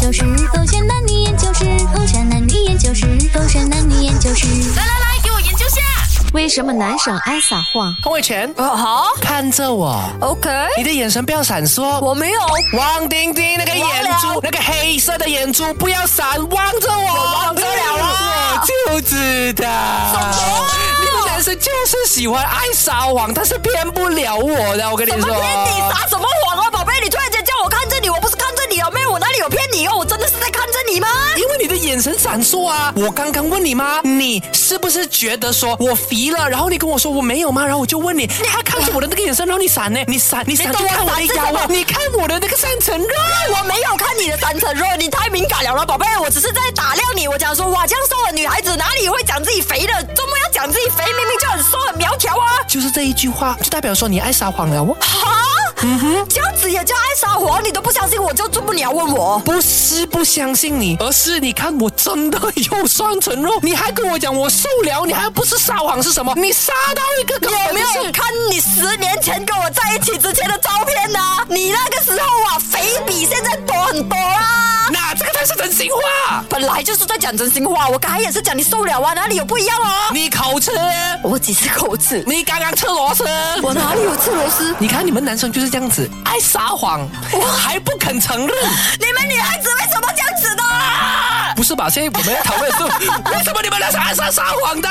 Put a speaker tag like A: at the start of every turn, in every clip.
A: 究室，狗选男女研究室，狗选男女研究室，狗选男女研究室。
B: 来来来，给我研究下。
C: 为什么男生爱撒谎？
D: 洪伟全，
B: 哦，好
D: 看着我，
B: ，OK，
D: 你的眼神不要闪烁。
B: 我没有。
D: 汪丁丁那个眼
B: 忘
D: 珠
B: 了，
D: 那个黑色的眼珠不要闪，望着我，哎
B: 忘不了啦
D: 我就知道。你们男生就是喜欢爱撒谎，但是骗不了我的，我跟你
B: 什么
D: 说。
B: 骗你撒什么谎啊，宝贝！你突然间叫我看着你，我不是看着你啊，妹，我哪里有骗你哦？我真的是在看着你吗？
D: 因为你的眼神闪烁啊！我刚刚问你吗？你是不是觉得说我肥了？然后你跟我说我没有吗？然后我就问你，你还看着我的那个眼神，然后你闪呢？你闪，你闪
B: 你
D: 就
B: 懂我
D: 看我的
B: 闪是
D: 腰
B: 什
D: 啊
B: 么！
D: 你看我的那个三层肉。
B: 哎我没有看你的三层肉，你太敏感了啦，宝贝！我只是在打量你，我讲说哇，这样瘦的女孩子哪里会讲自己肥的？周末要讲自己肥，明明就很瘦很苗条啊！
D: 就是这一句话，就代表说你爱撒谎了哦。
B: 哈，这样子也叫爱撒谎？你都不相信我，就这么你要问我？
D: 不是不相信你，而是你看我真的有双层肉，你还跟我讲我瘦了，你还不是撒谎是什么？你撒到一个根
B: 有
D: 本
B: 没
D: 就是
B: 有看你十年前跟我在一起之前的照片呢、你那个时候啊，肥比现在多很多啊！
D: 那这个才是真心话，
B: 本来就是在讲真心话，我刚才也是讲你瘦了啊，哪里有不一样哦？
D: 你口吃，
B: 我几次口吃，
D: 你刚刚吃螺丝，
B: 我哪里有吃螺丝？
D: 你看你们男生就是这样子，爱撒谎，还不肯承 认，
B: 你们女孩子为什么这样子的啊？
D: 不是吧？现在我们要讨论 的是为什么你们男生爱撒撒谎的？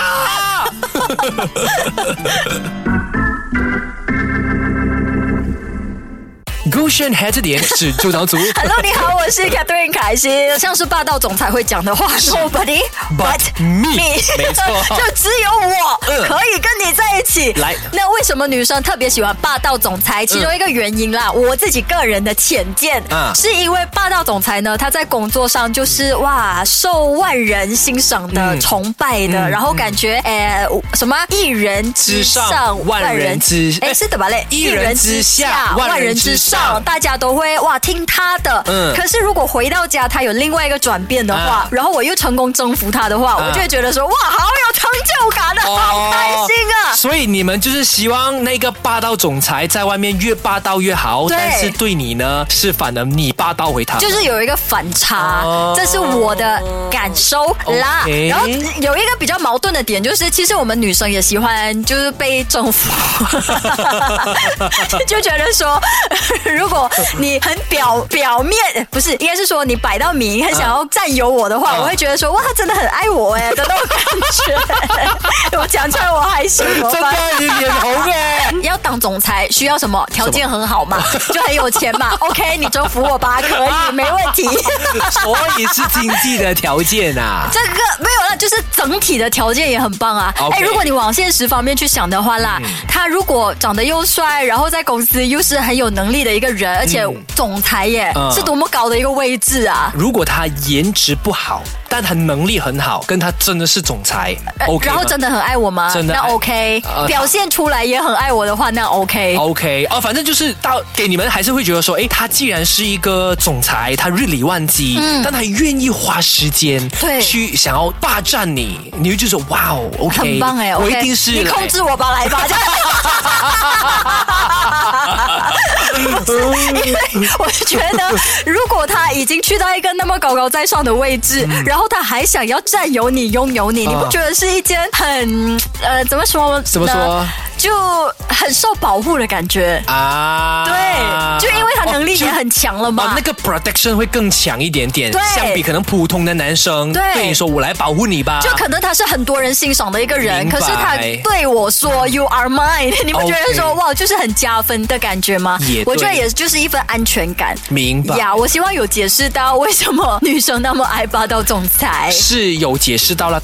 D: Goshen Head 字典是周 长组
B: Hello，你好，我是 Catherine 凯欣。像是霸道总裁会讲的话，Nobody but
D: me，
B: me，
D: 没错
B: 就只有我
D: 嗯
B: 可以跟你在一起。
D: 来
B: 那为什么女生特别喜欢霸道总裁？其中一个原因啦，
D: 嗯
B: 我自己个人的浅见
D: 啊，
B: 是因为霸道总裁呢，他在工作上就是哇，受万人欣赏的、
D: 嗯
B: 崇拜的，然后感觉诶什么一人之
D: 之上
B: 上，
D: 万人之
B: 哎是的吧嘞？
D: 一人之下万
B: 万
D: 人
B: 人
D: 之
B: 之
D: 上
B: 上，大家都会哇听他的。
D: 嗯
B: 可是如果回到家，他有另外一个转变的话，
D: 啊
B: 然后我又成功征服他的话，
D: 啊
B: 我就会觉得说哇，好有成就感啊，
D: 哦
B: 好开心啊！
D: 所以你们就是希望那个霸道总裁在外面越霸道越好，
B: 对
D: 但是对你呢，是反而你霸道回他。
B: 就是有一个反差，
D: 哦
B: 这是我的感受啦。
D: OK
B: 然后有一个比较矛盾的点，就是其实我们女生也喜欢就是被征服， 就觉得说，如果你很 表表面不是，应该是说你摆到明，很想要占有我的话，
D: 嗯
B: 我会觉得说哇，他真的很爱我哎的那种感觉。 我讲出来我害羞，怎么
D: 真
B: 办
D: 的你脸红 哎。
B: 要当总裁需要什么？条件很好 嘛，就很有钱嘛。OK，你征服我吧，可以，没问题。
D: 所以是经济的条件啊。
B: 这个没有了，就是整体的条件也很棒啊。
D: OK 嗯
B: 如果你往现实方面去想的话啦，他如果长得又帅，然后在公司又是很有能力的一个人，而且总裁耶，
D: 嗯
B: 是多么高的一个位置啊！
D: 如果他颜值不好，但他能力很好，跟他真的是总裁
B: 呃
D: ，OK 吗
B: 然后真的很爱我吗？
D: 真的
B: 那
D: 爱
B: OK，、
D: 呃
B: 表现出来也很爱我的话，那 OK。
D: OK 哦，反正就是到给你们还是会觉得说，诶，他既然是一个总裁，他日理万机，但他愿意花时间
B: 嗯对
D: 去想要霸占你，你会就说哇哦，OK，
B: 很棒哎、o
D: 我
B: k
D: 一定是
B: 你
D: 来
B: 控制我吧， 来吧，这样。
D: 哎
B: 不是，因为 我觉得，如果他已经去到一个那么高高在上的位置，
D: 嗯
B: 然后他还想要占有你、拥有你，你不
D: 啊
B: 觉得是一件很呃怎么说？
D: 怎么说？
B: 就很受保护的感觉。
D: 啊，
B: 对，就因为他能力
D: 哦就
B: 也很强了
D: 啊
B: 嘛，
D: 那。个 protection 会更强一点点，
B: 对
D: 相比可能普通的男生
B: 对
D: 对你说我来保护你吧，
B: 就可能他是很多人欣赏的一个人，
D: 明白
B: 可是他对我说 “You are mine”，你 不觉得
D: OK
B: 说哇，就是很加分的感觉吗
D: 也
B: 我
D: 对？
B: 觉得也就是一份安全感。
D: 明白。
B: 呀我希望有解释到为什么女生那么爱霸道总裁。
D: 是有解释到了，